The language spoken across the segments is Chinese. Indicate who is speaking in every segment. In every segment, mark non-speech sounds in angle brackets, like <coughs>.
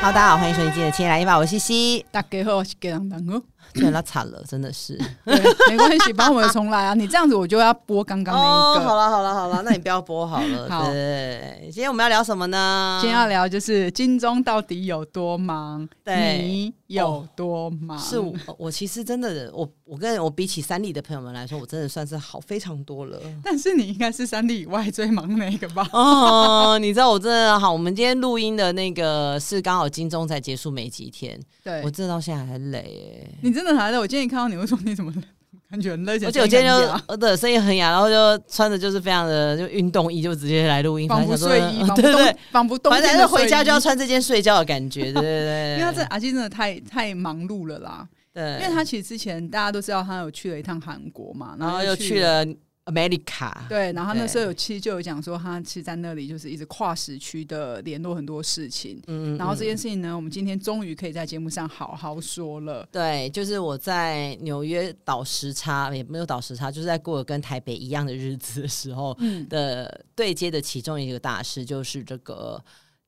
Speaker 1: Hello，大家好，欢迎收听今天的《千来一把》，我是 <clears throat> 西西。
Speaker 2: 大家好，我是给郎当哥。
Speaker 1: 真的惨了，真的是。
Speaker 2: 对，没关系， <laughs> 帮我们重来啊！你这样子我就要播刚刚那一个。
Speaker 1: 哦好了好了好了，那你不要播好了。
Speaker 2: 好
Speaker 1: <laughs> 对，今天我们要聊什么呢？
Speaker 2: 今天要聊就是金钟到底有多忙？
Speaker 1: 对
Speaker 2: 你有多忙？
Speaker 1: 是我，我其实真的，我我跟我比起三立的朋友们来说，我真的算是好非常多 <laughs> 了。
Speaker 2: 但是你应该是三立以外最忙的那一个
Speaker 1: <laughs>
Speaker 2: 吧？
Speaker 1: 哦，你知道我真的好，我们今天录音的那个是刚好金钟才结束没几天，
Speaker 2: 对
Speaker 1: 我，真的到现在还累哎、
Speaker 2: 你真的还在。我今天一看到你，我说你怎么了感觉很累？
Speaker 1: 而且我今天
Speaker 2: 很痒
Speaker 1: 就我的声音很哑，然后就穿的就是非常的就运动衣，就直接来录音，
Speaker 2: 仿佛
Speaker 1: 反正
Speaker 2: 睡
Speaker 1: 想
Speaker 2: 衣，
Speaker 1: 说
Speaker 2: 仿
Speaker 1: 对
Speaker 2: 佛
Speaker 1: 对对
Speaker 2: 冬，，仿佛冬
Speaker 1: 反
Speaker 2: 天
Speaker 1: 正
Speaker 2: 的
Speaker 1: 就回家就要
Speaker 2: 睡
Speaker 1: 穿这件睡觉的感觉，对对对，
Speaker 2: <laughs> 衣。因为他这阿基真的太太忙碌了啦，
Speaker 1: 对，
Speaker 2: 因为他其实之前大家都知道他有去了一趟韩国嘛，
Speaker 1: 然后
Speaker 2: 又
Speaker 1: 哦又去了 America，
Speaker 2: 对，然后
Speaker 1: 对
Speaker 2: 那时候有其实就有讲说，他其实在那里就是一直跨时区的联络很多事情。
Speaker 1: 嗯，嗯
Speaker 2: 然后这
Speaker 1: 嗯
Speaker 2: 件事情呢，我们今天终于可以在节目上好好说了。
Speaker 1: 对，就是我在纽约倒时差，也没有倒时差，就是在过跟台北一样的日子的时候
Speaker 2: 嗯，
Speaker 1: 的对接的其中一个大事，就是这个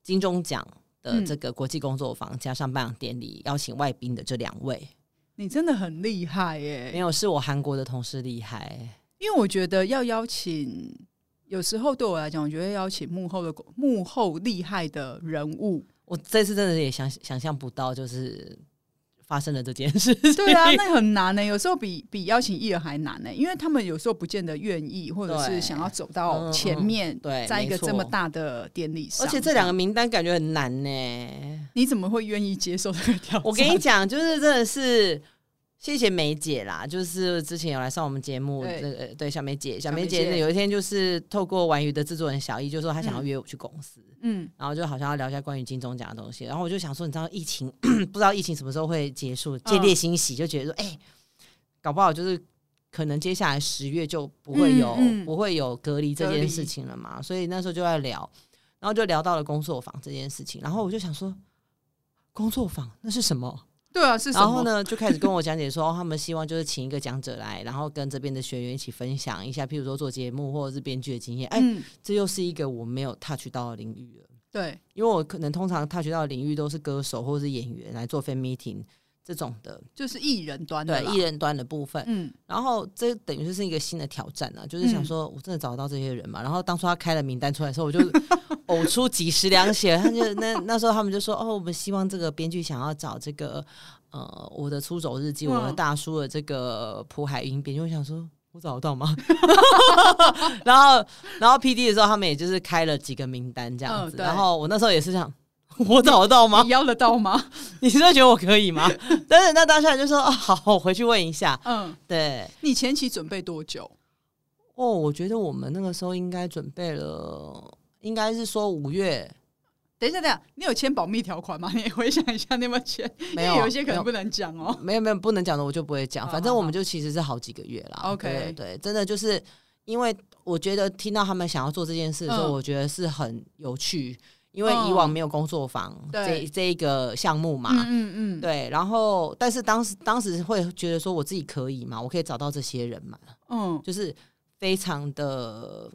Speaker 1: 金钟奖的
Speaker 2: 嗯
Speaker 1: 这个国际工作坊加上颁奖典礼邀请外宾的这两位，
Speaker 2: 你真的很厉害耶、
Speaker 1: 没有是我韩国的同事厉害，
Speaker 2: 因为我觉得要邀请，有时候对我来讲，我觉得邀请幕后的幕后厉害的人物，
Speaker 1: 我这次真的也想想象不到，就是发生了这件事情。
Speaker 2: 对啊，那很难呢、有时候比比邀请艺人还难呢、因为他们有时候不见得愿意，或者
Speaker 1: 对
Speaker 2: 是想要走
Speaker 1: 嗯
Speaker 2: 到
Speaker 1: 嗯
Speaker 2: 前面，
Speaker 1: 对
Speaker 2: 在一个
Speaker 1: 没错
Speaker 2: 这么大的典礼上，
Speaker 1: 而且这两
Speaker 2: 样
Speaker 1: 个名单感觉很难呢、
Speaker 2: <laughs> 你怎么会愿意接受这个挑战？
Speaker 1: 我跟你讲，就是真的是谢谢梅姐啦，就是之前有来上我们节目，
Speaker 2: 对
Speaker 1: 那个对小梅姐，小
Speaker 2: 梅
Speaker 1: 梅姐
Speaker 2: 姐
Speaker 1: 有一天就是透过玩鱼的制作人小易，就说她想要约我去公司，
Speaker 2: 嗯，
Speaker 1: 然后就好像要聊一下关于金钟奖的东西，然后我就想说，你知道疫情 <coughs> 不知道疫情什么时候会结束，借
Speaker 2: 嗯
Speaker 1: 烈欣喜就觉得说，哎、搞不好就是。可能接下来十月就不会
Speaker 2: 嗯
Speaker 1: 有、
Speaker 2: 嗯
Speaker 1: 不会有隔离这
Speaker 2: 隔
Speaker 1: 件
Speaker 2: 离
Speaker 1: 事情了嘛，所以那时候就在聊，然后就聊到了工作坊这件事情，然后我就想说，工作坊那是什么？
Speaker 2: 对啊，是什么？
Speaker 1: 然后呢，就开始跟我讲解说，哦，他们希望就是请一个讲者来，然后跟这边的学员一起分享一下，譬如说做节目或者是编剧的经验。哎、
Speaker 2: 嗯，
Speaker 1: 这又是一个我没有 touch 到的领域了，
Speaker 2: 对，
Speaker 1: 因为我可能通常 touch 到的领域都是歌手或是演员来做 fan meeting 这种的，
Speaker 2: 就是艺人端的
Speaker 1: 对
Speaker 2: 啦
Speaker 1: 艺人端的部分。
Speaker 2: 嗯，
Speaker 1: 然后这等于就是一个新的挑战啊，就是想说，我真的找得到这些人嘛？然后当初他开了名单出来的时候，我就
Speaker 2: <laughs>
Speaker 1: 呕出几十两血。他就那那时候他们就说，哦，我们希望这个编剧想要找这个呃我的出走日记，
Speaker 2: 嗯
Speaker 1: 我们大叔的这个蒲海英编剧。我想说。我找得到吗？ <laughs> 然后，然后 P D 的时候，他们也就是开了几个名单这样
Speaker 2: 嗯
Speaker 1: 子。
Speaker 2: 对
Speaker 1: 然后我那时候也是想， <laughs> 我找得到吗
Speaker 2: 你？邀得到吗？ <laughs>
Speaker 1: 你真的觉得我可以吗？但是那当下就说，哦，好，我回去问一下。
Speaker 2: 嗯，
Speaker 1: 对，
Speaker 2: 你前期准备多久？
Speaker 1: 哦，我觉得我们那个时候应该准备了，应该是说五
Speaker 2: <laughs>
Speaker 1: 月
Speaker 2: 等一下，等一下，你有签保密条款吗？你回想一下，你有没有签？
Speaker 1: 没
Speaker 2: 因
Speaker 1: 有
Speaker 2: 为
Speaker 1: 啊，
Speaker 2: 有一些可
Speaker 1: 没
Speaker 2: 能不能讲哦。
Speaker 1: 没有没有不能讲的，我就不会讲。
Speaker 2: 好
Speaker 1: 反正我们就其实是好几个月啦。
Speaker 2: 好
Speaker 1: 对
Speaker 2: OK
Speaker 1: 对，真的就是因为我觉得听到他们想要做这件事的时候，
Speaker 2: 嗯
Speaker 1: 我觉得是很有趣，因为以
Speaker 2: 嗯
Speaker 1: 往没有工作坊这
Speaker 2: 对
Speaker 1: 这一个项目嘛。
Speaker 2: 嗯嗯嗯，
Speaker 1: 对，然后但是当时当时会觉得说我自己可以嘛，我可以找到这些人嘛，
Speaker 2: 嗯，
Speaker 1: 就是非常的，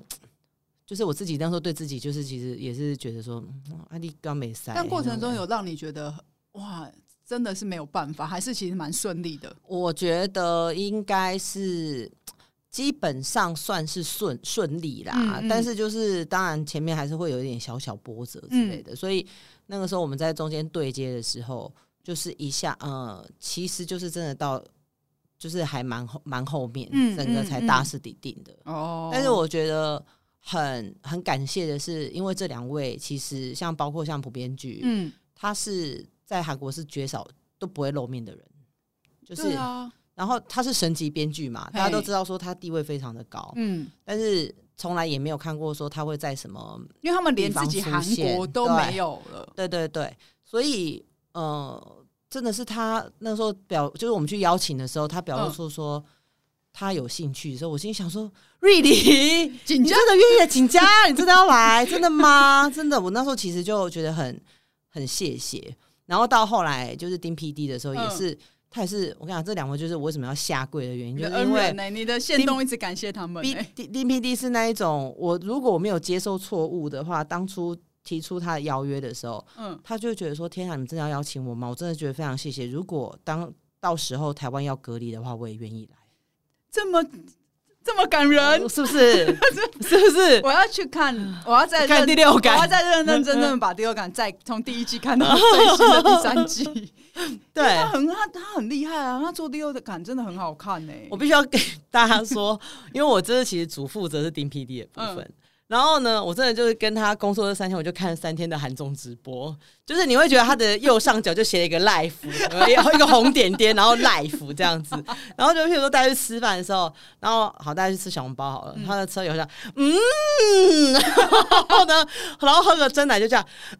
Speaker 1: 就是我自己那时候对自己，就是其实也是觉得说，嗯啊，你刚没塞。
Speaker 2: 但过程中
Speaker 1: 那种，
Speaker 2: 有让你觉得哇，真的是没有办法，还是其实蛮顺利的。
Speaker 1: 我觉得应该是基本上算是顺顺利啦，
Speaker 2: 嗯嗯
Speaker 1: 但是就是当然前面还是会有一点小小波折之类的，
Speaker 2: 嗯
Speaker 1: 所以那个时候我们在中间对接的时候，就是一下，呃，其实就是真的到。就是还蛮后蛮后面，
Speaker 2: 嗯
Speaker 1: 整个才
Speaker 2: 嗯
Speaker 1: 大
Speaker 2: 嗯
Speaker 1: 势底定的。
Speaker 2: 哦
Speaker 1: 但是我觉得很很感谢的是，因为这两位其实像包括像普编剧，
Speaker 2: 嗯，
Speaker 1: 他是在韩国是绝少都不会露面的人，就是、
Speaker 2: 对啊，
Speaker 1: 然后他是神级编剧嘛，
Speaker 2: 嘿
Speaker 1: 大家都知道说他地位非常的高，
Speaker 2: 嗯，
Speaker 1: 但是从来也没有看过说他会在什么，
Speaker 2: 因为他们连自己
Speaker 1: 地方
Speaker 2: 韩
Speaker 1: 出现
Speaker 2: 国都
Speaker 1: 对
Speaker 2: 没有了。
Speaker 1: 对对对，所以呃，真的是他那时候表就是我们去邀请的时候，他
Speaker 2: 嗯
Speaker 1: 表露出说。他有兴趣的时候，我心里想说：“瑞丽，
Speaker 2: 紧
Speaker 1: 你
Speaker 2: 接着
Speaker 1: 真的愿意来请假？你真的要来？真的吗？ <laughs> 真的，我那时候其实就觉得很很谢谢。然后到后来就是丁 PD 的时候，
Speaker 2: 嗯
Speaker 1: 也是、他也是我跟你讲，这两位就是我为什么要下跪的原因，
Speaker 2: 你
Speaker 1: 就
Speaker 2: 的
Speaker 1: 是因
Speaker 2: 恩
Speaker 1: 为
Speaker 2: 人呢，你的线动一直感谢他们
Speaker 1: B
Speaker 2: 欸。
Speaker 1: 丁 PD 是那一种，我如果我没有接受错误的话，当初提出他的邀约的时候，
Speaker 2: 嗯，
Speaker 1: 他就会觉得说：“天啊，你们真的要邀请我吗？我真的觉得非常谢谢。如果当到时候台湾要隔离的话，我也愿意来。
Speaker 2: 这么这么感人，
Speaker 1: 是不
Speaker 2: <laughs>
Speaker 1: 是？是不是？
Speaker 2: 我要去看，我要再
Speaker 1: 看
Speaker 2: 认
Speaker 1: 第六感嗯
Speaker 2: 我要再认认真真地把第六感再从第一季看到最新的第三季。因为
Speaker 1: <laughs> 对
Speaker 2: 他很他他很厉害啊，他做第六感真的很好看呢、欸
Speaker 1: 我必须要给 <laughs> 大家说，因为我真的其实主负责是丁 PD 的部分。
Speaker 2: 嗯
Speaker 1: 然后呢，我真的就是跟他工作这三天，我就看了三天的韩综直播，就是你会觉得他的右上角就写了一个 life，然 <laughs> 后一个红点点，然后 life 这样子，然后就譬如说大家去吃饭的时候，然后好大家去吃小笼包好了，他的车友这样，嗯， <laughs> 然后呢，然后喝个真奶就这样，嗯，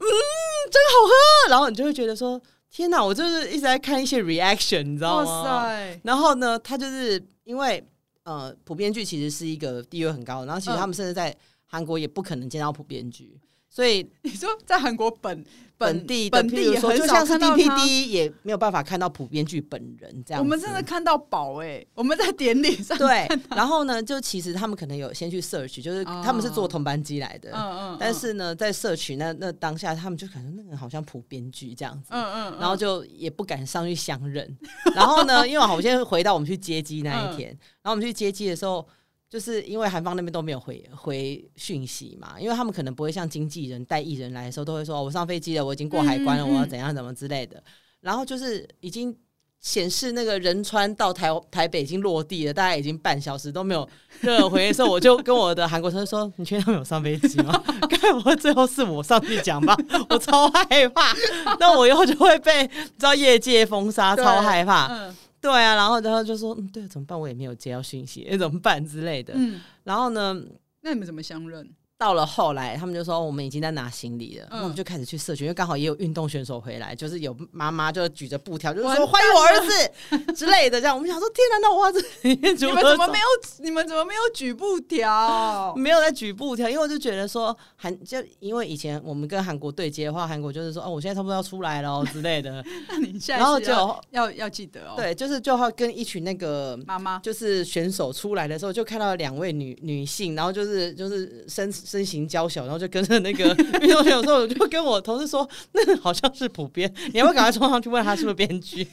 Speaker 1: 真好喝，啊然后你就会觉得说，天哪，我就是一直在看一些 reaction，你知道啊
Speaker 2: 哇
Speaker 1: 吗？
Speaker 2: 塞，
Speaker 1: 然后呢，他就是因为呃，普编剧其实是一个地位很高的，然后其
Speaker 2: 嗯
Speaker 1: 实他们甚至在韩国也不可能见到普编剧，所以
Speaker 2: 你说在韩国本
Speaker 1: 本地的
Speaker 2: 本
Speaker 1: 譬
Speaker 2: 地
Speaker 1: 如
Speaker 2: 也
Speaker 1: 说
Speaker 2: 很
Speaker 1: 就
Speaker 2: 少
Speaker 1: 像是
Speaker 2: 看到他。
Speaker 1: DPD 也没有办法看到普编剧本人这样
Speaker 2: 我
Speaker 1: 子。
Speaker 2: 们真的看到宝哎、我们在典礼上，
Speaker 1: 对，然后呢，就其实他们可能有先去 search，就是他们是坐同班机来的。
Speaker 2: 哦嗯嗯，
Speaker 1: 但是呢，在 search 那那当下，他们就感觉那个人好像普编剧这样子，
Speaker 2: 嗯嗯，嗯
Speaker 1: 然后就也不敢上去相认。 <laughs> 然后呢，因为我先回到我们去接机那一天，
Speaker 2: 嗯
Speaker 1: 然后我们去接机的时候，就是因为韩方那边都没有回回讯息嘛，因为他们可能不会像经纪人带艺人来的时候都会说、哦我上飞机了，我已经过海关了，
Speaker 2: 嗯嗯嗯
Speaker 1: 我要怎样怎么之类的。然后就是已经显示那个仁川到台台北已经落地了，大概已经半小时都没有热回的时候，我就跟我的韩国同事说：“你确定他们有上飞机吗？” <laughs> 该不会最后是我上去讲
Speaker 2: <laughs>
Speaker 1: 吧？我超害怕，那我以后就会被你知道业界封杀，
Speaker 2: 对
Speaker 1: 超害怕。
Speaker 2: 嗯
Speaker 1: 对啊，然后然后就说：“嗯，对，怎么办？我也没有接到讯息，哎怎么办之类的。
Speaker 2: 嗯，
Speaker 1: 然后呢，
Speaker 2: 那你们怎么相认？
Speaker 1: 到了后来，他们就说哦我们已经在拿行李了，那、
Speaker 2: 嗯
Speaker 1: 我们就开始去社群，因为刚好也有运动选手回来，就是有妈妈就举着布条，就是
Speaker 2: 完
Speaker 1: 说
Speaker 2: 蛋
Speaker 1: 欢迎我儿子之类的，这样我们想说天哪，那我儿子里面
Speaker 2: 你
Speaker 1: 怎
Speaker 2: 们怎么
Speaker 1: 走
Speaker 2: 没有？你们怎么没有举布条？
Speaker 1: 没有在举布条，因为我就觉得说韩就因为以前我们跟韩国对接的话，韩国就是说哦，我现在差不多要出来了哦之类
Speaker 2: <laughs>
Speaker 1: 的，
Speaker 2: <laughs> 那你下一次
Speaker 1: 然后就
Speaker 2: 要要要记得哦，，
Speaker 1: 对，就是就会跟一群那个 <laughs>
Speaker 2: 妈妈，
Speaker 1: 就是选手出来的时候，就看到两位女女性，然后就是就是身身形娇小，然后就跟着那
Speaker 2: <laughs>
Speaker 1: 个运动选手的时候，我就跟我同事说，那好像是普编，你要不要赶快冲上去问他是不是编
Speaker 2: <laughs>
Speaker 1: 剧？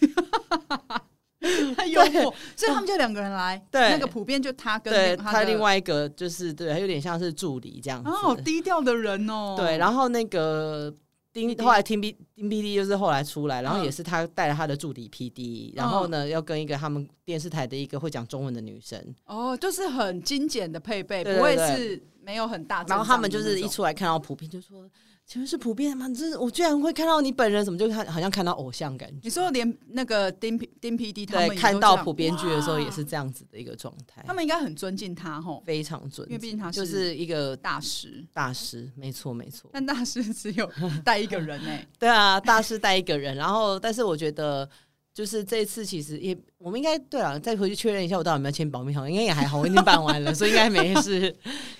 Speaker 2: 太幽默，所以他们就两个人来，
Speaker 1: 对
Speaker 2: 那个普遍就他跟
Speaker 1: 对
Speaker 2: 他
Speaker 1: 他
Speaker 2: 的
Speaker 1: 另外一个就是对，有点像是助理这样子。
Speaker 2: 啊，好低调的人哦，
Speaker 1: 对，然后那个。丁
Speaker 2: PD
Speaker 1: 后来听 B 丁 PD 就是后来出来，然后
Speaker 2: 嗯
Speaker 1: 也是他带了他的助理 PD，、然后呢要跟一个他们电视台的一个会讲中文的女生，
Speaker 2: 哦，就是很精简的配备，
Speaker 1: 对
Speaker 2: 不会
Speaker 1: 对对
Speaker 2: 是没有很大阵
Speaker 1: 然
Speaker 2: 仗的那种，
Speaker 1: 后他们就是一出来看到普遍就说：“请问是普遍吗？这我居然会看到你本人，怎么就看好像看到偶像感觉
Speaker 2: 你说连那个丁丁 PD 他们
Speaker 1: 对，
Speaker 2: 也
Speaker 1: 看
Speaker 2: 都
Speaker 1: 到
Speaker 2: 这样
Speaker 1: 普编剧的时候也是这样子的一个状态，
Speaker 2: 他们应该很尊敬他吼，
Speaker 1: 非常准，
Speaker 2: 因为毕竟他是
Speaker 1: 就是一个
Speaker 2: 大师，
Speaker 1: 大师，没错没错，
Speaker 2: 但大师只有带一个人哎、
Speaker 1: 对啊，大师带一个人，然后 <laughs> 但是我觉得。就是这一次，其实也我们应该对啊，再回去确认一下我到底有没有签保密条，应该也还好，我已经办完
Speaker 2: <laughs>
Speaker 1: 了，所以应该没事。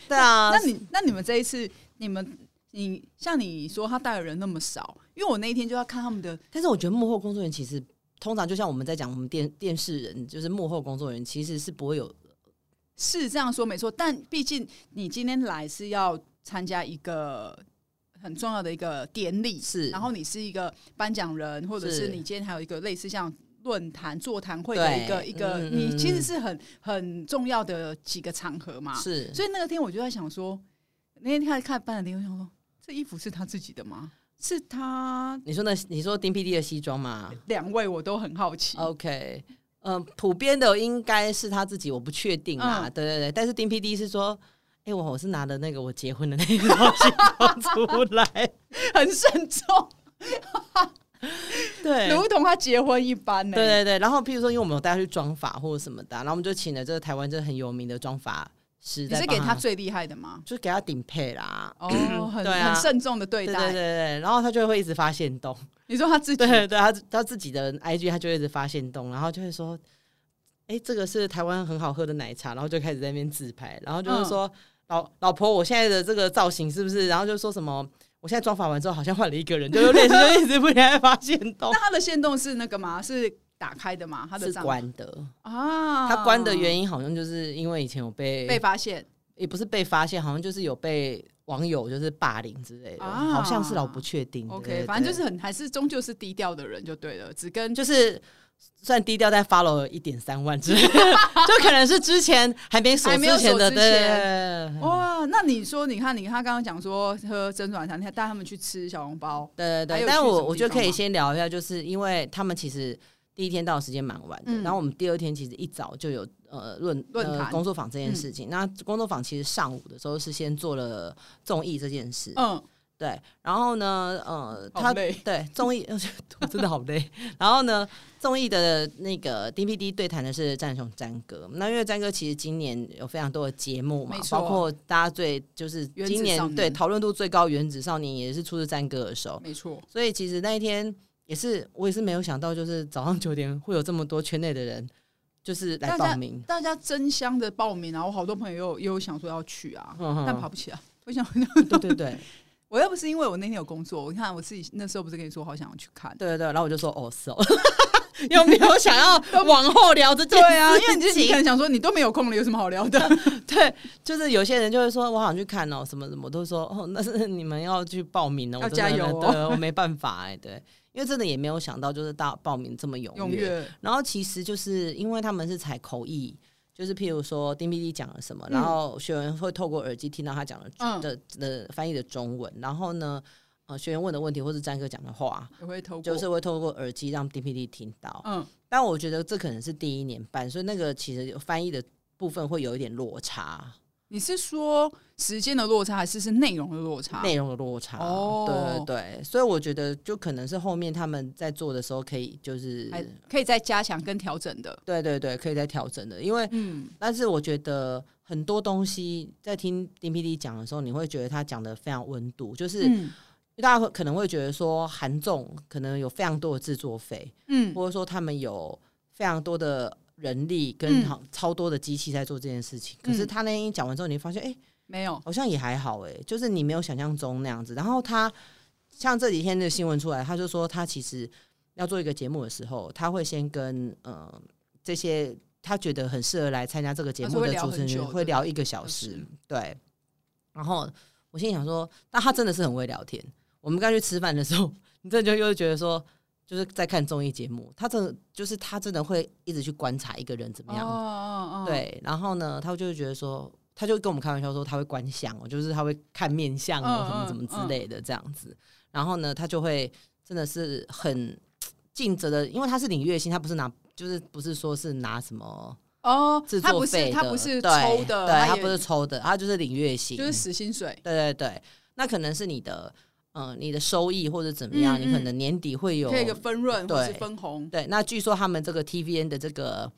Speaker 1: 对啊
Speaker 2: 那，你那你们这一次，你们你像你说他带的人那么少，因为我那一天就要看他们的，
Speaker 1: 但是我觉得幕后工作人员其实通常就像我们在讲，我们电电视人就是幕后工作人员，其实是不会有
Speaker 2: 是这样说没错，但毕竟你今天来是要参加一个。很重要的一个典礼
Speaker 1: 是
Speaker 2: 然后你是一个颁奖人，或者
Speaker 1: 是
Speaker 2: 是你今天还有一个类似像论坛、座谈会的一个
Speaker 1: 对
Speaker 2: 一个，
Speaker 1: 嗯嗯
Speaker 2: 你
Speaker 1: 嗯
Speaker 2: 其实是很很重要的几个场合嘛。
Speaker 1: 是，
Speaker 2: 所以那个天我就在想说，那天看看班的天，我想说，这衣服是他自己的吗？是他
Speaker 1: 你说那你说丁 PD 的西装嘛
Speaker 2: 两位我都很好
Speaker 1: 哦
Speaker 2: 奇。
Speaker 1: ？OK，嗯、普遍的应该是他自己，我不确定啊。
Speaker 2: 嗯
Speaker 1: 对对对，但是丁 PD 是说，哎、我我是拿的那个我结婚的那个西 <laughs> 装出来，
Speaker 2: 很慎重，
Speaker 1: 对。
Speaker 2: 如同他结婚一般呢、
Speaker 1: 对对对，然后譬如说，因为我们有带他去妆发或者什么的啊、然后我们就请了这个台湾这个很有名的妆发师，
Speaker 2: 你是给他，最厉害的吗？
Speaker 1: 就是给他顶配啦。
Speaker 2: 哦， <clears throat> 很、
Speaker 1: 对啊
Speaker 2: 很慎重的对
Speaker 1: 对
Speaker 2: 待。
Speaker 1: 对对对，然后他就会一直发现动，
Speaker 2: 你说他自己
Speaker 1: 对，对，他他自己的 IG 他就会一直发现动，然后就会说，哎、这个是台湾很好喝的奶茶，然后就开始在那边自拍，然后
Speaker 2: 嗯
Speaker 1: 就是说，老老婆，我现在的这个造型是不是？然后就说什么，我现在妆发完之后好像换了一个人，就是类似就一直不停在发现动
Speaker 2: 那。他的限动是那个吗？是打开的吗？他的
Speaker 1: 是
Speaker 2: 账
Speaker 1: 关的，
Speaker 2: 啊，
Speaker 1: 他关的原因好像就是因为以前有被
Speaker 2: 被发现
Speaker 1: 也不是被发现，好像就是有被网友就是霸凌之类的，
Speaker 2: 啊
Speaker 1: 好像是老不确定。对
Speaker 2: OK，
Speaker 1: 对
Speaker 2: 反正
Speaker 1: 对
Speaker 2: 就是很还是终究是低调的人就对了，只跟
Speaker 1: 就是算低调，但 follow 了一点三万之类的， <laughs> 就可能是之前还没锁
Speaker 2: 还没有
Speaker 1: 之前的，
Speaker 2: 锁之哦
Speaker 1: 对
Speaker 2: 哇，那你说，你看，你看，他刚刚讲说喝珍珠奶茶，你还带他们去吃小笼包，
Speaker 1: 对对对
Speaker 2: 还有。
Speaker 1: 但
Speaker 2: 去什
Speaker 1: 我
Speaker 2: 么
Speaker 1: 我
Speaker 2: 地
Speaker 1: 觉得可
Speaker 2: 方
Speaker 1: 以
Speaker 2: 吗
Speaker 1: 先聊一下，就是因为他们其实第一天到的时间蛮晚的，
Speaker 2: 嗯
Speaker 1: 然后我们第二天其实一早就有呃论
Speaker 2: 论
Speaker 1: 呃
Speaker 2: 坛嗯
Speaker 1: 工作坊这件事情。那工作坊其实上午的时候是先做了综艺这件事，
Speaker 2: 嗯，
Speaker 1: 对，然后呢，呃，
Speaker 2: 好
Speaker 1: 他
Speaker 2: 累，
Speaker 1: 对，综艺 <laughs> 我真的好累。 <laughs> 然后呢，综艺的那个 DPD 对谈的是战雄詹哥。那因为詹哥其实今年有非常多的节目嘛
Speaker 2: 没，错
Speaker 1: 包括大家最就是
Speaker 2: 原子
Speaker 1: 今
Speaker 2: 少
Speaker 1: 年
Speaker 2: 年
Speaker 1: 对讨论度最高《原子少年》也是出自詹哥的手，
Speaker 2: 没错，
Speaker 1: 所以其实那一天也是我也是没有想到，就是早上九点会有这么多圈内的人就是来
Speaker 2: 大家
Speaker 1: 报名。 <laughs>
Speaker 2: 大家争相的报名，然后好多朋友也有也有想说要去啊， <laughs>
Speaker 1: 嗯哼
Speaker 2: 但爬不起来。我想，
Speaker 1: 对对对
Speaker 2: <laughs> 我又不是因为我那天有工作，我看我自己那时候不是跟你说好想要去
Speaker 1: <laughs>
Speaker 2: 看，
Speaker 1: 对对对，然后我就说哦，是哦， <laughs> 有没有想
Speaker 2: <laughs>
Speaker 1: 要往后聊这件
Speaker 2: 哦对啊，
Speaker 1: 事
Speaker 2: 因为你自己
Speaker 1: 情
Speaker 2: 可能想说你都没有空了，有什么好聊的？
Speaker 1: <laughs> 对，就是有些人就会说，我好想去看哦，什么什么，我都说哦，那是你们要去报名哦，
Speaker 2: 要
Speaker 1: 我真的
Speaker 2: 加油哦
Speaker 1: 对我没办法哎，对，因为真的也没有想到，就是大报名这么踊
Speaker 2: 踊跃，
Speaker 1: 然后其实就是因为他们是采口译，就是譬如说丁 PD 讲了什么，然
Speaker 2: 嗯
Speaker 1: 后学员会透过耳机听到他讲的、
Speaker 2: 嗯
Speaker 1: 的的翻译的中文，然后呢，呃，学员问的问题或是詹哥讲的话，
Speaker 2: 也会投过，
Speaker 1: 就是会透过耳机让丁 PD 听到。
Speaker 2: 嗯，
Speaker 1: 但我觉得这可能是第一年半，所以那个其实翻译的部分会有一点落差。
Speaker 2: 你是说时间的落差，还是是内容的落差？
Speaker 1: 内容的落差。
Speaker 2: 哦
Speaker 1: 对对对，所以我觉得就可能是后面他们在做的时候可以就是。
Speaker 2: 还可以再加强跟调整的，
Speaker 1: 对对对，可以再调整的，因为
Speaker 2: 嗯，
Speaker 1: 但是我觉得很多东西在听丁 PD 讲的时候，你会觉得他讲的非常温度，就是、
Speaker 2: 嗯
Speaker 1: 大家会可能会觉得说韩综可能有非常多的制作费，
Speaker 2: 嗯，
Speaker 1: 或者说他们有非常多的人力跟
Speaker 2: 嗯
Speaker 1: 好超多的机器在做这件事情，可是
Speaker 2: 嗯
Speaker 1: 他那天讲完之后，你会发现哎、诶
Speaker 2: 没有，
Speaker 1: 好像也还好哎、就是你没有想象中那样子。然后他像这几天的新闻出来，他就说他其实要做一个节目的时候，他会先跟呃这些他觉得很适合来参加这个节
Speaker 2: 他是
Speaker 1: 目
Speaker 2: 会
Speaker 1: 的
Speaker 2: 聊
Speaker 1: 主持
Speaker 2: 很久
Speaker 1: 人
Speaker 2: 的
Speaker 1: 会聊一个小
Speaker 2: 小
Speaker 1: 时
Speaker 2: 时，
Speaker 1: 对。然后我心里想说，那他真的是很会聊天。我们刚去吃饭的时候，你真的就又会觉得说。就是在看综艺节目，他真的就是他真的会一直去观察一个人怎么样
Speaker 2: 哦哦哦，
Speaker 1: 对，然后呢，他就会觉得说，他就跟我们开玩笑说他会观相哦，就是他会看面相哦，
Speaker 2: 嗯
Speaker 1: 什么
Speaker 2: 嗯
Speaker 1: 什么之类的这样子。然后呢，他就会真的是很尽责的，因为他是领月薪，他不是拿，就是不是说是拿什么
Speaker 2: 哦
Speaker 1: 制，
Speaker 2: 他
Speaker 1: 作
Speaker 2: 不是
Speaker 1: 费的，
Speaker 2: 他不是抽
Speaker 1: 对
Speaker 2: 的，
Speaker 1: 对，
Speaker 2: 也
Speaker 1: 他不是抽的，他就是领月薪，
Speaker 2: 就是死薪水，
Speaker 1: 对对对，那可能是你的。嗯，你的收益或者怎么样，
Speaker 2: 嗯
Speaker 1: 你可
Speaker 2: 嗯
Speaker 1: 能年底会有
Speaker 2: 可以一个分润
Speaker 1: 对
Speaker 2: 或是分红，
Speaker 1: 对，那据说他们这个 TVN 的这个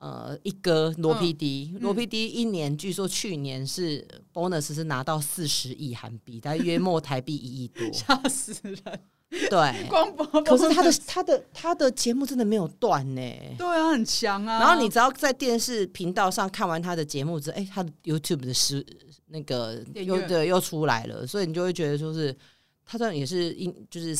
Speaker 1: 呃一哥罗
Speaker 2: 嗯
Speaker 1: PD，罗
Speaker 2: 嗯。
Speaker 1: PD 一年据说去年是 bonus 是拿到四十亿韩币，大概约莫台币一亿多
Speaker 2: <laughs> 吓死人！
Speaker 1: 对，
Speaker 2: 光播
Speaker 1: 可是他的他的他的节目真的没有断呢、
Speaker 2: 对啊，很强啊。
Speaker 1: 然后你只要在电视频道上看完他的节目之后，哎、他的 YouTube 的是那个
Speaker 2: 订
Speaker 1: 又
Speaker 2: 阅
Speaker 1: 对又出来了，所以你就会觉得说是他这样也是一就是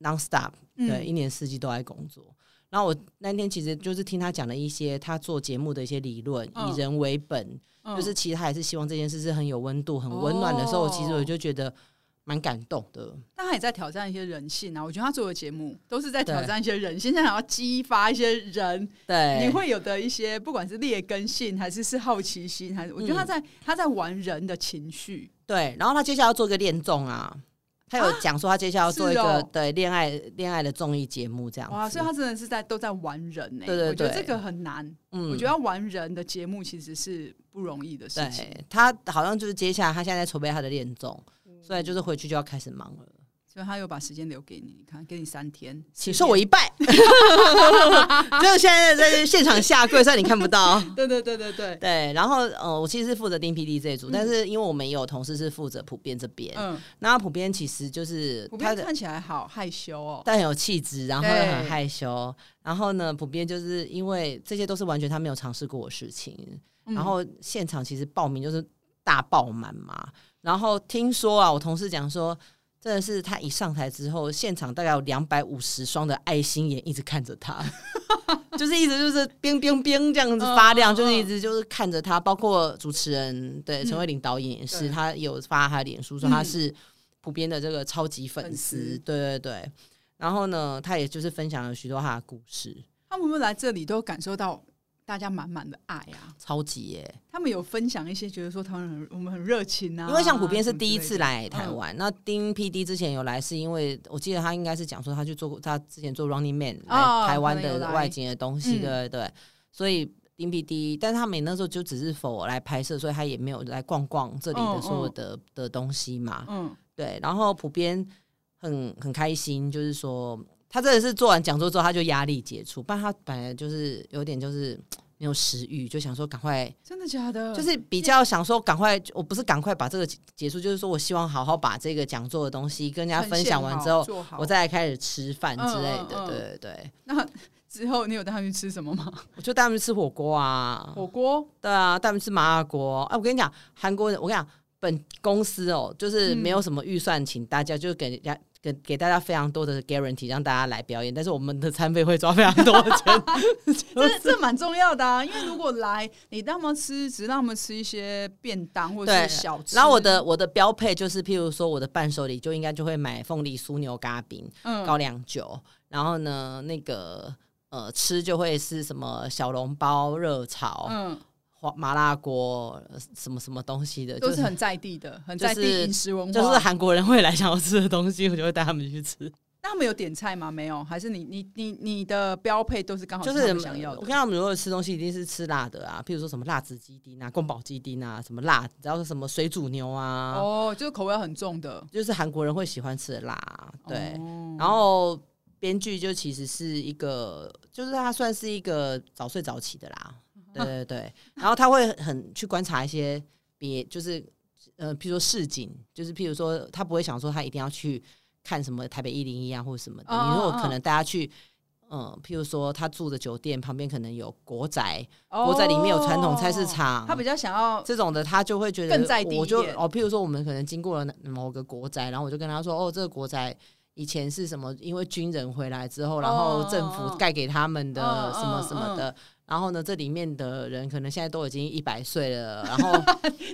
Speaker 1: non stop
Speaker 2: 嗯
Speaker 1: 对，一年四季都在工作。然后我那天其实就是听他讲了一些他做节目的一些理论，
Speaker 2: 嗯
Speaker 1: 以人为本，
Speaker 2: 嗯
Speaker 1: 就是其实他还是希望这件事是很有温度、很温暖的时候，
Speaker 2: 哦
Speaker 1: 其实我就觉得蛮感动的。
Speaker 2: 但他也在挑战一些人性啊。我觉得他做的节目都是在
Speaker 1: 对
Speaker 2: 挑战一些人性，想要激发一些人
Speaker 1: 对，
Speaker 2: 你会有的一些，不管是劣根性还是是好奇心，还是我觉得
Speaker 1: 嗯
Speaker 2: 他在他在玩人的情绪。
Speaker 1: 对，然后他接下来要做一个恋综啊，他有讲说他接下来要做一个、
Speaker 2: 是哦
Speaker 1: 对恋爱恋爱的综艺节目这样子。
Speaker 2: 哇，所以他真的是在都在玩人呢、
Speaker 1: 对对
Speaker 2: 我觉得
Speaker 1: 对
Speaker 2: 这个很难。
Speaker 1: 嗯
Speaker 2: 我觉得要玩人的节目其实是不容易的事情。
Speaker 1: 对他好像就是接下来他现在在筹备他的恋综，
Speaker 2: 嗯
Speaker 1: 所以就是回去就要开始忙了。
Speaker 2: 所以他又把时间留给你，你看，给你三天，
Speaker 1: 请受我一
Speaker 2: <laughs>
Speaker 1: 拜，就是现在在现场下跪，虽然你看不到。
Speaker 2: <laughs> 对对对对对，
Speaker 1: 对，然后呃，我其实是负责丁 PD 这一组，但是因为我们也有同事是负责普遍这边，
Speaker 2: 嗯，
Speaker 1: 那普遍其实就是
Speaker 2: 普
Speaker 1: 他
Speaker 2: 遍
Speaker 1: 的
Speaker 2: 看起来好害羞哦，
Speaker 1: 但很有气质，然后又很
Speaker 2: 对
Speaker 1: 害羞，然后呢，普遍就是因为这些都是完全他没有尝试过的事情，
Speaker 2: 嗯
Speaker 1: 然后现场其实报名就是大爆满嘛，然后听说啊，我同事讲说。真的是他一上台之后，现场大概有两百五十双的爱心眼一直看着他， <laughs> 就是一直就是冰冰冰这样子发亮，
Speaker 2: 嗯嗯嗯
Speaker 1: 就是一直就是看着他。包括主持人对
Speaker 2: 嗯
Speaker 1: 陈慧琳导演也是，
Speaker 2: 对
Speaker 1: 他有发他的脸书说
Speaker 2: 嗯
Speaker 1: 他是普遍的这个超级粉丝，
Speaker 2: 粉丝
Speaker 1: 对对对。然后呢，他也就是分享了许多他的故事，
Speaker 2: 他们会来这里都感受到大家满满的爱啊！
Speaker 1: 超级耶！
Speaker 2: 他们有分享一些，觉得说他们很我们很热情啊。
Speaker 1: 因为像普遍是
Speaker 2: 什么之
Speaker 1: 第一
Speaker 2: 类
Speaker 1: 次
Speaker 2: 的，嗯
Speaker 1: 来台湾，那丁 PD 之前有来，是因为我记得他应该是讲说他去做过，他之前做 Running Man
Speaker 2: 哦
Speaker 1: 来台湾
Speaker 2: 可能有
Speaker 1: 的
Speaker 2: 来
Speaker 1: 外景的东西，对
Speaker 2: 嗯
Speaker 1: 对对，所以。丁 PD，但是他们那时候就只是否来拍摄，所以他也没有来逛逛这里
Speaker 2: 嗯
Speaker 1: 的所有的、的东西嘛。
Speaker 2: 嗯，
Speaker 1: 对，然后普遍很很开心，就是说他真的是做完讲座之后，他就压力解除，不然他本来就是有点就是没有食欲，就想说赶快
Speaker 2: 真的假的？
Speaker 1: 就是比较想说，赶快，我不是赶快把这个结结束，就是说我希望好好把这个讲座的东西跟大家分享完之后，
Speaker 2: 做好
Speaker 1: 我再来开始吃饭之类的。
Speaker 2: 嗯嗯嗯
Speaker 1: 对对对，
Speaker 2: 那之后你有带他们去吃
Speaker 1: <laughs>
Speaker 2: 什么吗？
Speaker 1: 我就带他们吃火锅啊，
Speaker 2: 火锅
Speaker 1: 对啊，带他们吃麻辣锅。哎、我跟你讲，韩国人，我跟你讲，本公司哦，就是没有
Speaker 2: 嗯
Speaker 1: 什么预算，请大家就给人家。给给大家非常多的 guarantee，让大家来表演，但是我们的餐费会抓非常多的钱，
Speaker 2: <laughs> 这这蛮重要的啊，因为如果来你让他们吃，只让他们吃一些便当或者
Speaker 1: 对
Speaker 2: 是小吃，
Speaker 1: 然后我的我的标配就是，譬如说我的伴手礼就应该就会买凤梨酥牛轧饼，
Speaker 2: 嗯
Speaker 1: 高粱酒，然后呢，那个呃吃就会是什么小笼包、热炒、
Speaker 2: 嗯
Speaker 1: 花麻辣锅，呃什么什么东西的，
Speaker 2: 都
Speaker 1: 就是
Speaker 2: 很在地的，很在
Speaker 1: 就是
Speaker 2: 地饮食文化。
Speaker 1: 就是韩国人会来想要吃的东西，我就会带他们去吃。
Speaker 2: 那他们有点菜吗？没有，还是你你你你的标配都是刚好
Speaker 1: 就是是
Speaker 2: 哦他们
Speaker 1: 我
Speaker 2: 想要
Speaker 1: 跟
Speaker 2: 的？
Speaker 1: 他们如果吃东西，一定是吃辣的啊，譬如说什么辣子鸡丁啊、宫保鸡丁啊，什么辣，然后什么水煮牛啊，
Speaker 2: 哦，就是口味很重的。
Speaker 1: 就是韩国人会喜欢吃的辣啊。对，
Speaker 2: 哦
Speaker 1: 然后编剧就其实是一个，就是他算是一个早睡早起的啦，
Speaker 2: 嗯
Speaker 1: 对对对。然后他会很去观察一些别，就是呃，譬如说市井，就是譬如说他不会想说他一定要去看什么台北一零一啊或者什么的。
Speaker 2: 哦
Speaker 1: 你如果
Speaker 2: 哦
Speaker 1: 可能大家去。嗯，譬如说他住的酒店旁边可能有国宅，
Speaker 2: 哦
Speaker 1: 国宅里面有传统菜市场，
Speaker 2: 他比较
Speaker 1: <laughs>
Speaker 2: 想要
Speaker 1: 这种的，他就会觉得
Speaker 2: 更在地一
Speaker 1: 我就
Speaker 2: 点
Speaker 1: 哦，譬如说我们可能经过了哪某个国宅，然后我就跟他说，哦，这个国宅以前是什么？因为军人回来之后，然后政
Speaker 2: 哦
Speaker 1: 府盖给他们的
Speaker 2: 嗯
Speaker 1: 什么什么的。然后呢，这里面的人可能现在都已经一百岁了。然后，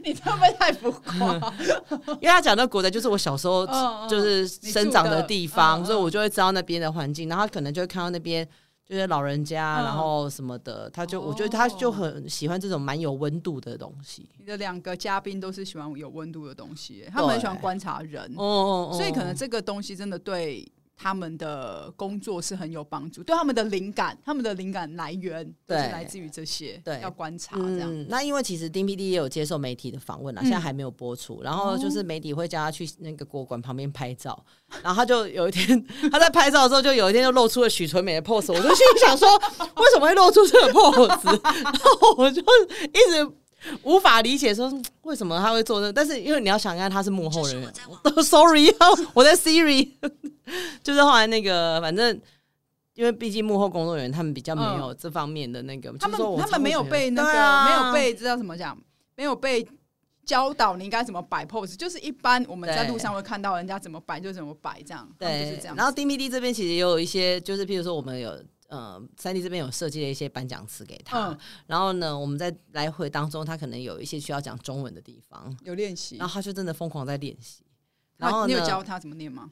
Speaker 2: 你会不会太浮夸？
Speaker 1: 因为他讲的国宅就是我小时候
Speaker 2: 嗯嗯
Speaker 1: 就是
Speaker 2: 你
Speaker 1: 生
Speaker 2: 住
Speaker 1: 长
Speaker 2: 的
Speaker 1: 的地方，
Speaker 2: 嗯
Speaker 1: 所以
Speaker 2: 嗯
Speaker 1: 我就会知道那边的环境。然后他可能就会看到那边就是老人家，
Speaker 2: 嗯
Speaker 1: 然后什么的，他就我觉得他就
Speaker 2: 哦
Speaker 1: 很喜欢这种蛮有温度的东西。
Speaker 2: 你的两个嘉宾都是喜欢有温度的东西，他们很喜欢观察人，
Speaker 1: 哦哦哦，
Speaker 2: 所以可能这个东西真的对他们的工作是很有帮助，对他们的灵感，他们的灵感来源都是
Speaker 1: 对
Speaker 2: 来自于这些，
Speaker 1: 对
Speaker 2: 要观察这样。
Speaker 1: 嗯。那因为其实丁 PD 也有接受媒体的访问啦，啊
Speaker 2: 嗯哦
Speaker 1: 现在还没有播出。然后就是媒体会叫他去那个国馆旁边拍照，然后他就有一天他在拍照的时候，就有一天就露出了许纯美的 pose。我就心里想说，为什么会露出这个 pose？然 <laughs> 后我就一直。无法理解说嗯为什么他会做这，但是因为你要想看他是幕后人员我 <laughs> ，sorry 啊，我在 Siri，就是后来那个反正，因为毕竟幕后工作人员他们比较没
Speaker 2: 嗯
Speaker 1: 有这方面的那个，
Speaker 2: 他
Speaker 1: 就是说
Speaker 2: 们
Speaker 1: 我
Speaker 2: 他
Speaker 1: 常
Speaker 2: 们
Speaker 1: 会
Speaker 2: 没有
Speaker 1: 觉得
Speaker 2: 被那
Speaker 1: 对
Speaker 2: 个、
Speaker 1: 啊
Speaker 2: 没有被知道怎么讲，没有被教导你应该怎么摆 pose，就是一般我们在
Speaker 1: 对
Speaker 2: 路上会看到人家怎么摆就怎么摆这样，他们就是
Speaker 1: 对
Speaker 2: 这，样子。
Speaker 1: 然后 DMD 这边其实也有一些，就是譬如说我们有呃三 D 这边有设计了一些颁奖词给他，
Speaker 2: 嗯
Speaker 1: 然后呢我们在来回当中，他可能有一些需要讲中文的地方，
Speaker 2: 有练习，
Speaker 1: 然后他就真的疯狂在练习。
Speaker 2: 嗯那
Speaker 1: 然后
Speaker 2: 你
Speaker 1: 呢
Speaker 2: 有教他怎么念吗？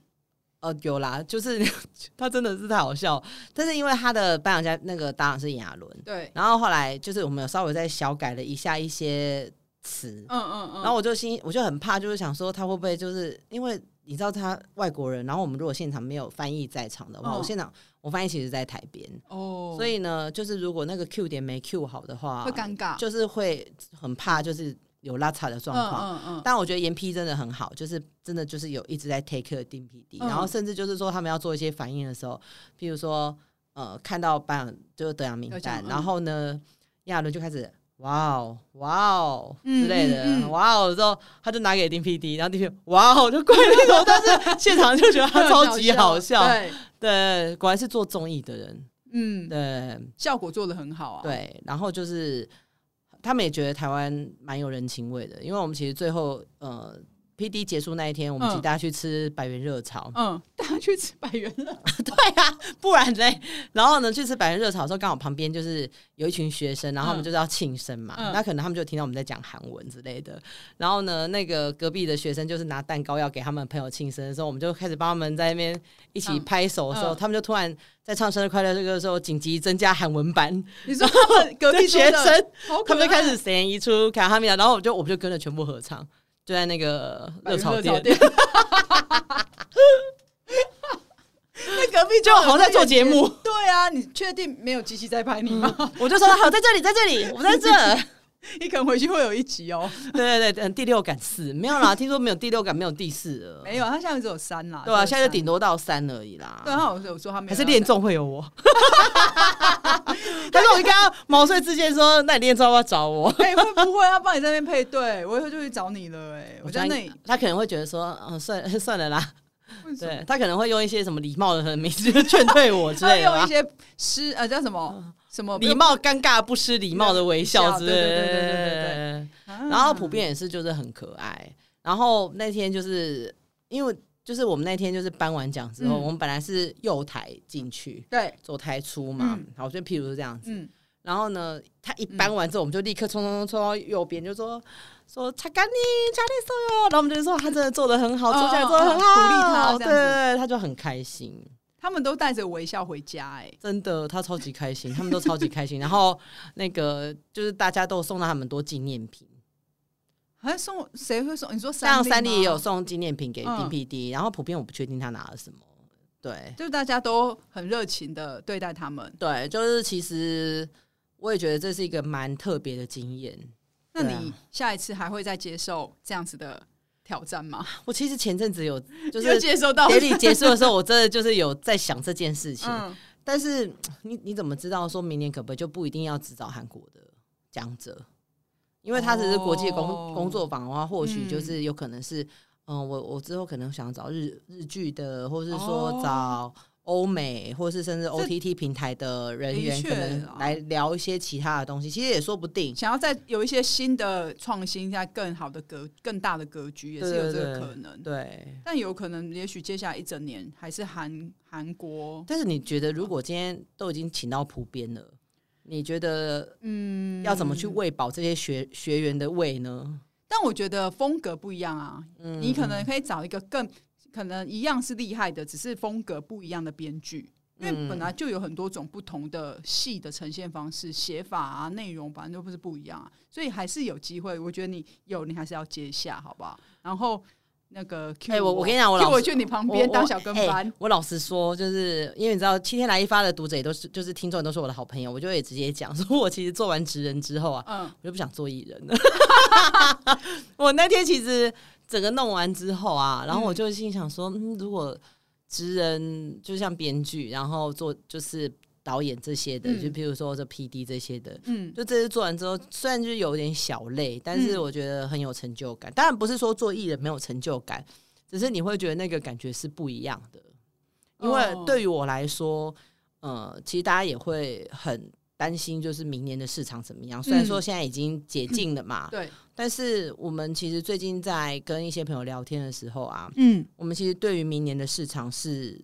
Speaker 1: 呃，有啦，就是 <laughs> 他真的是太好笑，但是因为他的颁奖家那个当然是亚伦，
Speaker 2: 对，
Speaker 1: 然后后来就是我们有稍微再小改了一下一些词，
Speaker 2: 嗯嗯嗯。
Speaker 1: 然后我就心我就很怕，就是想说他会不会就是因为你知道他外国人，然后我们如果现场没有翻译在场的话，
Speaker 2: 嗯
Speaker 1: 我现场我翻译其实在台边，
Speaker 2: 哦，
Speaker 1: 所以呢，就是如果那个 Q 点没 Q 好的话，
Speaker 2: 会尴尬，
Speaker 1: 就是会很怕就是有拉差的状况。
Speaker 2: 嗯嗯嗯，
Speaker 1: 但我觉得严批真的很好，就是真的就是有一直在 take care 定 PD，、
Speaker 2: 嗯
Speaker 1: 然后甚至就是说他们要做一些反应的时候，譬如说呃看到颁奖就是得奖名
Speaker 2: 得奖
Speaker 1: 单，
Speaker 2: 嗯
Speaker 1: 然后呢亚伦就开始哇哦哇哦之类的、
Speaker 2: 嗯嗯嗯
Speaker 1: 哇哦之后他就拿给丁 PD，然后丁 PD 哇哦就跪那种，但是现场就觉得
Speaker 2: <laughs>
Speaker 1: 他超级好笑，
Speaker 2: 对，
Speaker 1: 对，果然是做综艺的人，
Speaker 2: 嗯，
Speaker 1: 对
Speaker 2: 效果做的很好啊，，
Speaker 1: 对，然后就是他们也觉得台湾蛮有人情味的，因为我们其实最后呃 P D 结束那一天，我们
Speaker 2: 嗯，
Speaker 1: 请大家去吃百元热炒 <laughs>
Speaker 2: 嗯，大家去吃百元了，
Speaker 1: 对啊，不然嘞。 <laughs> 然后呢，去吃百元热炒的时候，刚好旁边就是有一群学生，然后他们
Speaker 2: 嗯
Speaker 1: 就是要庆生嘛，
Speaker 2: 嗯
Speaker 1: 那可能他们就听到我们在讲韩文之类的。然后呢，那个隔壁的学生就是拿蛋糕要给他们朋友庆生的时候，我们就开始帮他们在那边一起
Speaker 2: 嗯
Speaker 1: 拍手的时候，
Speaker 2: 嗯
Speaker 1: 他们就突然在唱生日快乐这个的时候，紧急增加韩文班，
Speaker 2: 你说他们隔
Speaker 1: 对
Speaker 2: 壁桌
Speaker 1: 学
Speaker 2: 的
Speaker 1: 生
Speaker 2: 好
Speaker 1: 他
Speaker 2: 可爱
Speaker 1: 们就开始谁一出卡哈米亚，然后我就我们就跟着全部合唱，就在那个热炒店。
Speaker 2: 店。
Speaker 1: <laughs>
Speaker 2: 那隔壁
Speaker 1: 就好像在做节目。嗯
Speaker 2: 对啊，你确定没有机器在拍你吗？
Speaker 1: 我就说好，在这里，在这 <laughs> 里，我在这。
Speaker 2: <laughs> 你可能回去会有一集哦。
Speaker 1: 对对对，嗯，第六感四没有啦，听说没有第六感，没有第 <laughs> 四了，
Speaker 2: 没有，啊他现在只有三啦。
Speaker 1: 对吧、啊现在就顶多
Speaker 2: 多。
Speaker 1: 到三而已啦。
Speaker 2: 对，他好像有说他没有
Speaker 1: 还是练中啊会有 <laughs> 我。但是我就跟他毛遂自荐说，那你练中要不要找 <laughs> 我？
Speaker 2: 哎、会不会要帮你在那边配对？我以后就去找你了、哎，我在那里。
Speaker 1: 他可能会觉得说，嗯，算 <laughs> 算了啦。
Speaker 2: 为什么
Speaker 1: 对他可能会用一些什么礼貌的名字劝退我之
Speaker 2: 他
Speaker 1: 类的
Speaker 2: 用一
Speaker 1: 吧，
Speaker 2: 些诗呃叫什么什么
Speaker 1: 礼貌尴尬不失礼貌的微笑之类的。
Speaker 2: 对对对对对对
Speaker 1: 对。
Speaker 2: 啊
Speaker 1: 然后普遍也是就是很可爱。然后那天就是因为就是我们那天就是颁完奖之后，
Speaker 2: 嗯
Speaker 1: 我们本来是右台进去
Speaker 2: 对，
Speaker 1: 左台出嘛，
Speaker 2: 嗯
Speaker 1: 好，就譬如是这样子。
Speaker 2: 嗯，
Speaker 1: 然后呢，他一颁完之后，我们就立刻冲冲冲冲到右边，就说。说擦干你，加力送哟，然后我们就说他真的做的很好，
Speaker 2: 哦
Speaker 1: 做起来做的很好，
Speaker 2: 哦鼓励他
Speaker 1: 对
Speaker 2: 这样子
Speaker 1: 对对，他就很开心，
Speaker 2: 他们都带着微笑回家、哎，
Speaker 1: 真的，他超级开心，他们都超级开
Speaker 2: <laughs>
Speaker 1: 心。然后那个就是大家都送了他们很多纪念品，
Speaker 2: 好像送谁会送？你说三
Speaker 1: 像
Speaker 2: 立
Speaker 1: 三立也有
Speaker 2: 吗，
Speaker 1: 送纪念品给
Speaker 2: 嗯
Speaker 1: DPD，、然后普遍我不确定他拿了什么。对
Speaker 2: 就是大家都很热情的对待他们。
Speaker 1: 对，就是其实我也觉得这是一个蛮特别的经验。
Speaker 2: 那
Speaker 1: 对啊
Speaker 2: 你下一次还会再接受这样子的挑战吗？
Speaker 1: 我其实前阵子有就
Speaker 2: 又
Speaker 1: 是
Speaker 2: 接受到
Speaker 1: 典礼结束的时候，我真的就是有在想这件事情。
Speaker 2: <laughs> 嗯，
Speaker 1: 但是你你怎么知道说明年可不可以就不一定要只找韩国的讲者？因为他只是国际工、
Speaker 2: 哦
Speaker 1: 工作坊的话，或许
Speaker 2: 嗯
Speaker 1: 就是有可能是，嗯，我我之后可能想找日日剧的，或是说
Speaker 2: 哦
Speaker 1: 找欧美，或是甚至 OTT 平台的人员，
Speaker 2: 的确
Speaker 1: 可能
Speaker 2: 啊
Speaker 1: 来聊一些其他的东西，其实也说不定。
Speaker 2: 想要再有一些新的创新，在更好的格、更大的格局，也是有这个可能。
Speaker 1: 对，
Speaker 2: 但有可能，也许接下来一整年还是韩韩国，
Speaker 1: 但是你觉得，如果今天都已经请到铺编了，你觉得
Speaker 2: 嗯，
Speaker 1: 要怎么去？喂饱这些学学员的胃呢？
Speaker 2: 但我觉得风格不一样啊，
Speaker 1: 嗯
Speaker 2: 你可能可以找一个更可能一样是厉害的，只是风格不一样的编剧。
Speaker 1: 嗯
Speaker 2: 因为本来就有很多种不同的戏的呈现方式、写法啊、内容，反正都不是不一样啊，所以还是有机会。我觉得你有，你还是要接一下，好不好？然后那个 Q，
Speaker 1: 哎我我跟你讲我老
Speaker 2: Q 我
Speaker 1: 师
Speaker 2: 去你旁边
Speaker 1: 我
Speaker 2: 当小跟班，
Speaker 1: 哎我老实说，就是因为你知道，七天来一发的读者也都是，就是听众也都是我的好朋友，我就也直接讲说，我其实做完职人之后啊，
Speaker 2: 嗯，
Speaker 1: 我就不想做艺人了。 <laughs> 我那天其实整个弄完之后啊，然后我就心想说，嗯，如果职人就像编剧，然后做就是导演这些的，
Speaker 2: 嗯
Speaker 1: 就譬如说这 P D 这些的。
Speaker 2: 嗯，
Speaker 1: 就这次做完之后，虽然就是有点小累，但是
Speaker 2: 嗯
Speaker 1: 我觉得很有成就感。当然不是说做艺人没有成就感，只是你会觉得那个感觉是不一样的。因为
Speaker 2: 哦
Speaker 1: 对于我来说，呃，其实大家也会很担心，就是明年的市场怎么样。虽然说现在已经解禁了嘛，
Speaker 2: 嗯对，
Speaker 1: 但是我们其实最近在跟一些朋友聊天的时候啊，
Speaker 2: 嗯
Speaker 1: 我们其实对于明年的市场是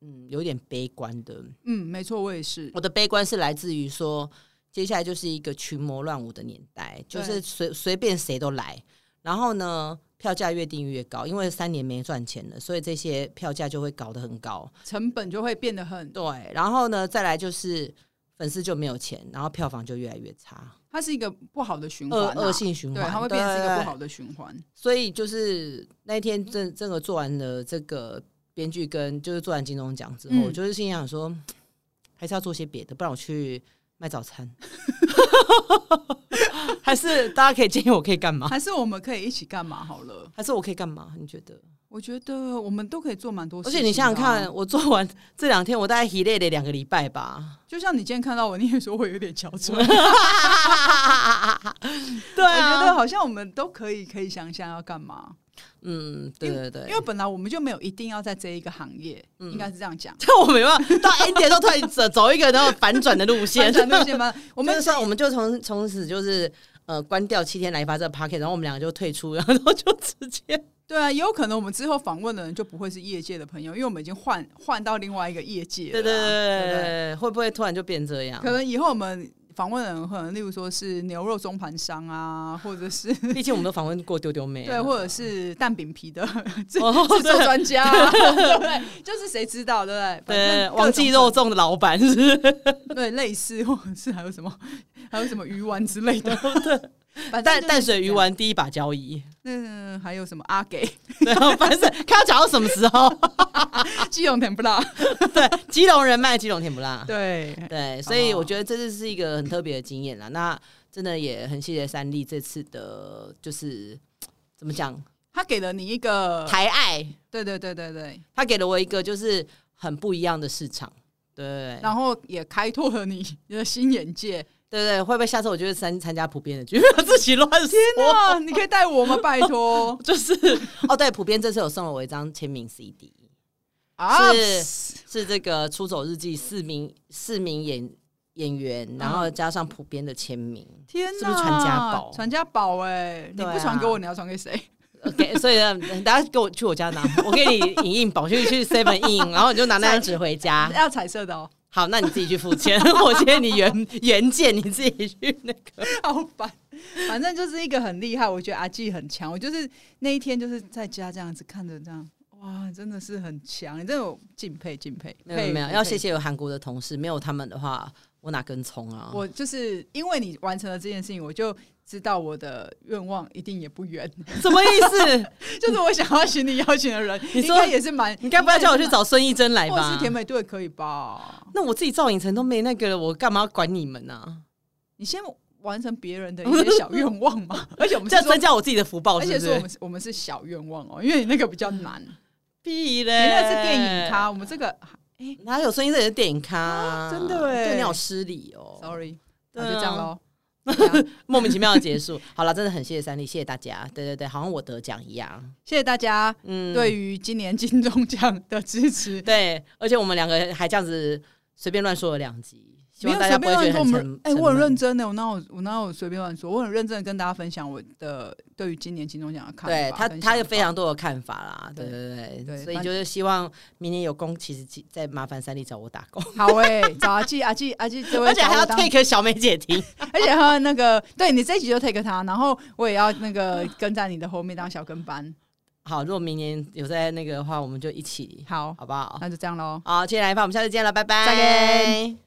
Speaker 1: 嗯有点悲观的。
Speaker 2: 嗯，没错，我也是，
Speaker 1: 我的悲观是来自于说，接下来就是一个群魔乱舞的年代，就
Speaker 2: 对
Speaker 1: 是随随便谁都来。然后呢，票价越定越高，因为三年没赚钱了，所以这些票价就会搞得很高。
Speaker 2: 成本就会变得很，
Speaker 1: 对，然后呢，再来就是粉丝就没有钱，然后票房就越来越差，
Speaker 2: 它是一个不好的循
Speaker 1: 恶
Speaker 2: 环、啊，
Speaker 1: 恶性循
Speaker 2: 对，
Speaker 1: 环，
Speaker 2: 它会变成是一
Speaker 1: 对
Speaker 2: 个
Speaker 1: 对
Speaker 2: 不好的循环。
Speaker 1: 所以就是那一天正正个做完了这个编剧跟就是做完金钟奖之后，
Speaker 2: 嗯
Speaker 1: 我就是心想说，还是要做些别的，不然我去卖早餐， <laughs> 还是大家可以建议我可以干嘛？
Speaker 2: <laughs> 还是我们可以一起干嘛好了？
Speaker 1: 还是我可以干嘛？你觉得？
Speaker 2: 我觉得我们都可以做蛮多
Speaker 1: 而
Speaker 2: 事情、啊
Speaker 1: 且你想想看，，我做完这两天，我大概疲累了两个礼拜吧。 <laughs>
Speaker 2: 就像你今天看到我，你也说我有点憔悴。啊
Speaker 1: 对
Speaker 2: 我觉得
Speaker 1: 啊，
Speaker 2: 好像我们都可以可以想想要干嘛，
Speaker 1: 嗯，对对
Speaker 2: 因
Speaker 1: 对， <laughs> 嗯
Speaker 2: 为本来我们就没有一定要在这一个行业，应该是这
Speaker 1: <laughs>
Speaker 2: 样讲。
Speaker 1: 但我没办法到 end 的时候突然走走一个然后反转的路线 <laughs>
Speaker 2: 反，正路线吧，我
Speaker 1: 我
Speaker 2: 们
Speaker 1: 们算，我们就从从此就是。呃关掉七天来一发这个 p o c k e t 然后我们两个就退出，然 <laughs> 后就直接
Speaker 2: 对啊，也有可能我们之后访问的人就不会是业界的朋友，因为我们已经换换到另外一个业界了啊、
Speaker 1: 对对对对
Speaker 2: 对不
Speaker 1: 对，会不会突然就变这样
Speaker 2: 可？能以后我们访问的人，可能例如说是牛肉中盘商啊，或者是
Speaker 1: 毕竟我们都访问过丢丢妹啊，
Speaker 2: 对，或者是蛋饼皮的 <laughs> 制
Speaker 1: 哦
Speaker 2: 制作专家、
Speaker 1: <laughs>
Speaker 2: 啊，对不对？就是谁知道，对不对？反正
Speaker 1: 对
Speaker 2: 各种
Speaker 1: 王记肉粽的老板是不是，
Speaker 2: 对类似，或者是还有什么，还有什么鱼丸之
Speaker 1: <laughs>
Speaker 2: 类的，反正
Speaker 1: 淡
Speaker 2: 就是
Speaker 1: 淡水鱼丸第一把交椅，
Speaker 2: 这样，嗯，还有什么阿给
Speaker 1: 对，啊反正看要讲到什么时候，
Speaker 2: 啊基隆甜
Speaker 1: <laughs>
Speaker 2: 不辣，
Speaker 1: 对，基隆人卖基隆甜不辣，
Speaker 2: 对，哦
Speaker 1: 对，所以我觉得这次是一个很特别的经验啦。那真的也很谢谢三立这次的，就是怎么讲
Speaker 2: 他给了你一个，
Speaker 1: 台爱，
Speaker 2: 对对对对对，
Speaker 1: 他给了我一个就是很不一样的市场。对
Speaker 2: 然后也开拓了你的新眼界。
Speaker 1: 对对，会不会下次我就是参参加普遍的 <laughs> 局，不要自己乱说？
Speaker 2: 哇，你可以带我吗？拜
Speaker 1: <laughs>
Speaker 2: 托
Speaker 1: 就是哦，对，普遍这次有送了我一张签名 CD，
Speaker 2: 啊！
Speaker 1: 是是这个《出走日记》四名四名演演员，然后加上普遍的签名，
Speaker 2: 天
Speaker 1: 是
Speaker 2: 呐，
Speaker 1: 不是传家宝
Speaker 2: 传家宝哎、你
Speaker 1: 对啊
Speaker 2: 不传给我，你要传给谁？
Speaker 1: OK，所以呢，大家给我去我家拿，我给你影印宝，去去 Seven 印，然后你就拿那张纸回
Speaker 2: <laughs>
Speaker 1: 家。
Speaker 2: 要彩色的哦，
Speaker 1: 好，那你自己去付钱， <laughs> 我借你原原件，你自己去那个。
Speaker 2: <laughs> 好烦。反正就是一个很厉害，我觉得阿纪很强。我就是那一天就是在家这样子看着这样，哇，真的是很强，你真的我敬佩敬佩。
Speaker 1: 没有没有，
Speaker 2: 佩服
Speaker 1: 要谢。
Speaker 2: 佩
Speaker 1: 谢有韩国的同事，没有他们的话，我哪根葱啊
Speaker 2: 服？我就是因为你完成了这件事情，我就知道我的愿望一定也不远。
Speaker 1: <laughs>
Speaker 2: <laughs>
Speaker 1: 什么意思？
Speaker 2: 就是我想要请你邀请的人，
Speaker 1: <laughs> 你
Speaker 2: 应
Speaker 1: 说
Speaker 2: 该也是蛮，
Speaker 1: 你该不要叫我去
Speaker 2: 应该
Speaker 1: 找孙艺珍来
Speaker 2: 也是蛮，或者是
Speaker 1: 吧？
Speaker 2: 甜美队可以吧？
Speaker 1: 那我自己造影城都没那个了，我干嘛要管你们啊呢、
Speaker 2: 你先完成别人的一些小愿望
Speaker 1: <laughs>
Speaker 2: 嘛。而且我
Speaker 1: 啊？
Speaker 2: 们
Speaker 1: 这
Speaker 2: 是
Speaker 1: 样
Speaker 2: 说
Speaker 1: 增加我自己的福报，
Speaker 2: 而
Speaker 1: 是
Speaker 2: 且
Speaker 1: 不
Speaker 2: 说我
Speaker 1: 是？
Speaker 2: 们是我们是小愿望哦，因为你那个比较
Speaker 1: <laughs>
Speaker 2: 难，你
Speaker 1: 屁嘞！
Speaker 2: 那个是电影，咖，我们这个
Speaker 1: 哪有孙艺珍也是电影咖、
Speaker 2: 真的欸
Speaker 1: 对你好失礼哦。
Speaker 2: sorry，
Speaker 1: 对
Speaker 2: 那
Speaker 1: 啊
Speaker 2: 就这样喽。 <laughs> 对啊
Speaker 1: 莫名其妙的结束。 <laughs> 好了，真的很谢谢三立，谢谢大家。对对对，好像我得奖一样。
Speaker 2: 谢谢大家
Speaker 1: 嗯，
Speaker 2: 对于今年金钟奖的支持。
Speaker 1: 对，而且我们两个还这样子随便乱说了两集，希望大家不
Speaker 2: 没
Speaker 1: 会觉
Speaker 2: 有随
Speaker 1: 得
Speaker 2: 便
Speaker 1: 很
Speaker 2: 乱说，我
Speaker 1: 沉
Speaker 2: 们。哎，我很认
Speaker 1: 真。
Speaker 2: 真的，我哪有我哪有随便乱说，我很认真的跟大家分享我的对于今年金钟奖的看法。
Speaker 1: 对他，
Speaker 2: 跟
Speaker 1: 他有
Speaker 2: 想法
Speaker 1: 非常多的看法啦，对
Speaker 2: 对
Speaker 1: 对对，
Speaker 2: 对
Speaker 1: 所以
Speaker 2: 那
Speaker 1: 就是希望明年有空，其实记再麻烦三立找我打
Speaker 2: <laughs>
Speaker 1: 工，
Speaker 2: 好哎，找阿 <laughs> 纪阿纪阿纪，这位
Speaker 1: 而且还要
Speaker 2: 找我当
Speaker 1: take 小梅姐听。
Speaker 2: 而且他那个，对你这一集就 take 他，然后我也要那个跟在你的后面当小跟班。
Speaker 1: 好，如果明年有在那个的话，我们就一起，
Speaker 2: 好，
Speaker 1: 好不好？
Speaker 2: 那就这样喽。
Speaker 1: 好，谢谢来访，我们下次见了，拜拜，
Speaker 2: 再见。